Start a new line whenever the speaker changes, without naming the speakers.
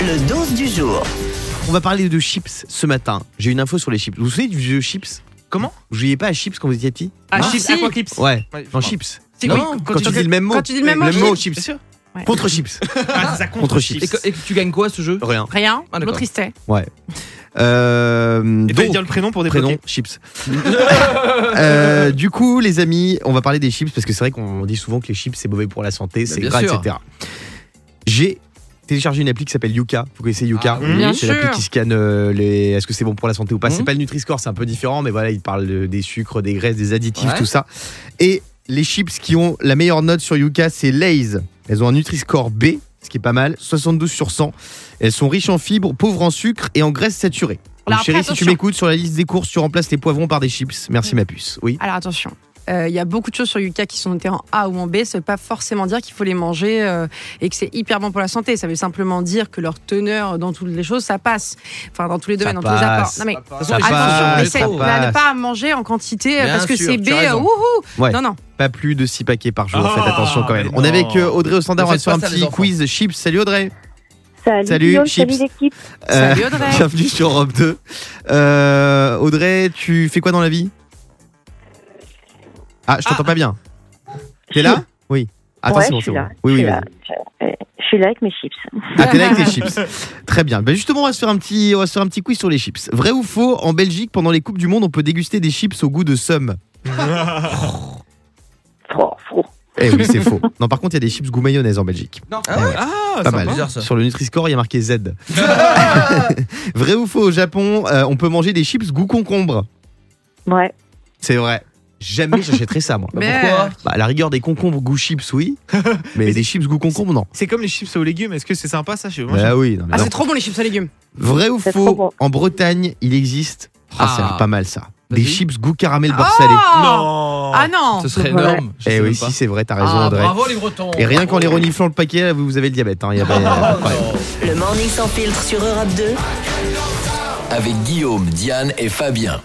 Le 12 du jour.
On va parler de chips ce matin. J'ai une info sur les chips. Vous vous souvenez du jeu chips
Comment
Vous jouiez pas à chips quand vous étiez petit
Ah,
Ah,
chips,
si.
aquaclips.
Ouais.
Ouais, je
Non,
crois.
chips.
C'est
Non,
quoi
quand, tu dis le même mot.
quand tu dis le même mot,
mot,
Bien
chips.
sûr.
Ouais.
Contre chips.
Ah, ça compte.
Contre chips.
Et, que- et tu gagnes quoi ce jeu
Rien.
Rien,
Ah, d'accord.
l'autre il sait.
Euh,
Et fallait
donc,
dire le prénom pour débloquer.
prénom chips. Euh, du coup, les amis, on va parler des chips parce que c'est vrai qu'on dit souvent que les chips c'est mauvais pour la santé, c'est
Bah, bien
gras,
sûr.
etc. J'ai téléchargé une appli qui s'appelle Yuka. Vous connaissez
Ah,
Yuka
oui.
Bien
C'est
sûr.
l'appli qui scanne euh, les. Est-ce que c'est bon pour la santé ou pas C'est
Mhm.
pas le Nutri-Score, c'est un peu différent, mais voilà, il parle de- des sucres, des graisses, des additifs,
Ouais.
tout ça. Et les chips qui ont la meilleure note sur Yuka, c'est Lay's. Elles ont un Nutri-Score B, ce qui est pas mal, 72 sur 100. Elles sont riches en fibres, pauvres en sucre et en graisses saturées.
Alors
Donc,
après,
chérie, si tu
attention.
m'écoutes sur la liste des courses, tu remplaces les poivrons par des chips. Merci ma puce. Oui.
Alors attention, euh, il y a beaucoup de choses sur Yuka qui sont notées en A ou en B. Ça ne veut pas forcément dire qu'il faut les manger euh, et que c'est hyper bon pour la santé. Ça veut simplement dire que leur teneur dans toutes les choses, ça passe. Enfin, dans tous les domaines, dans tous les apports.
passe.
Non Ah, mais
De toute façon,
Ça
les chips,
passe,
attention,
Ah, c'est
mais
ça
c'est- mais à
passe.
ne pas manger en quantité euh,
Bien
parce que
sûr,
c'est B.
tu as
euh,
raison.
Wouhou
Ouais.
Non, non.
Pas plus de 6 paquets par jour.
Ah,
Faites attention quand même.
mais
On est
non.
avec euh, Audrey au standard.
Ne
On va
faites
se faire un
pas ça,
petit
les enfants.
quiz chips. Salut Audrey.
Salut,
Salut,
Guillaume,
Chips.
salut l'équipe.
Euh,
Salut Audrey.
bienvenue sur Europe 2. Euh, Audrey, tu fais quoi dans la vie Ah, je t'entends pas bien. T'es là Oui. Attends,
Ouais,
c'est bon,
je suis
c'est bon.
là,
Oui,
je
oui,
suis
vas-y.
là. Euh, Je suis là avec mes chips.
Ah, t'es là avec tes chips. Très bien. Ben justement, on va, se faire un petit, on va se faire un petit quiz sur les chips. Vrai ou faux, en Belgique, pendant les Coupes du Monde, on peut déguster des chips au goût de somme
Fro, fro.
Eh oui, c'est faux. Non, par contre, il y a des chips goût mayonnaise en Belgique.
bon.
Ah ouais.
Ah,
Pas
c'est
mal.
bizarre ça.
Sur le Nutri-Score, il y a marqué Z. vrai ou faux, au Japon, euh, on peut manger des chips goût concombre
Ouais.
C'est vrai. Jamais j'achèterais ça, moi.
Mais-
Pourquoi
Bah, à la rigueur, des concombres goût chips, oui. Mais des chips goût concombre, non.
C'est comme les chips aux légumes. Est-ce que c'est sympa ça Je- moi,
Bah oui, non, mais
Ah,
non.
c'est trop bon les chips à légumes.
Vrai ou
C'est trop bon.
faux, en Bretagne, il existe. Ah,
Ah.
c'est pas mal ça. Des
Vas-y. Ah
chips goût caramel beurre salé.
Oh
je- Non.
Ah non
Ce serait
Voilà.
énorme. Je
Eh
sais
oui,
même
si
pas.
c'est vrai, t'as raison,
Ah,
Audrey.
bravo les Bretons.
Et rien qu'en les reniflant le paquet, vous, vous avez le diabète. hein, il y a pas- pas de problème.
Le morning sans filtre sur Europe 2.
avec Guillaume, Diane et Fabien.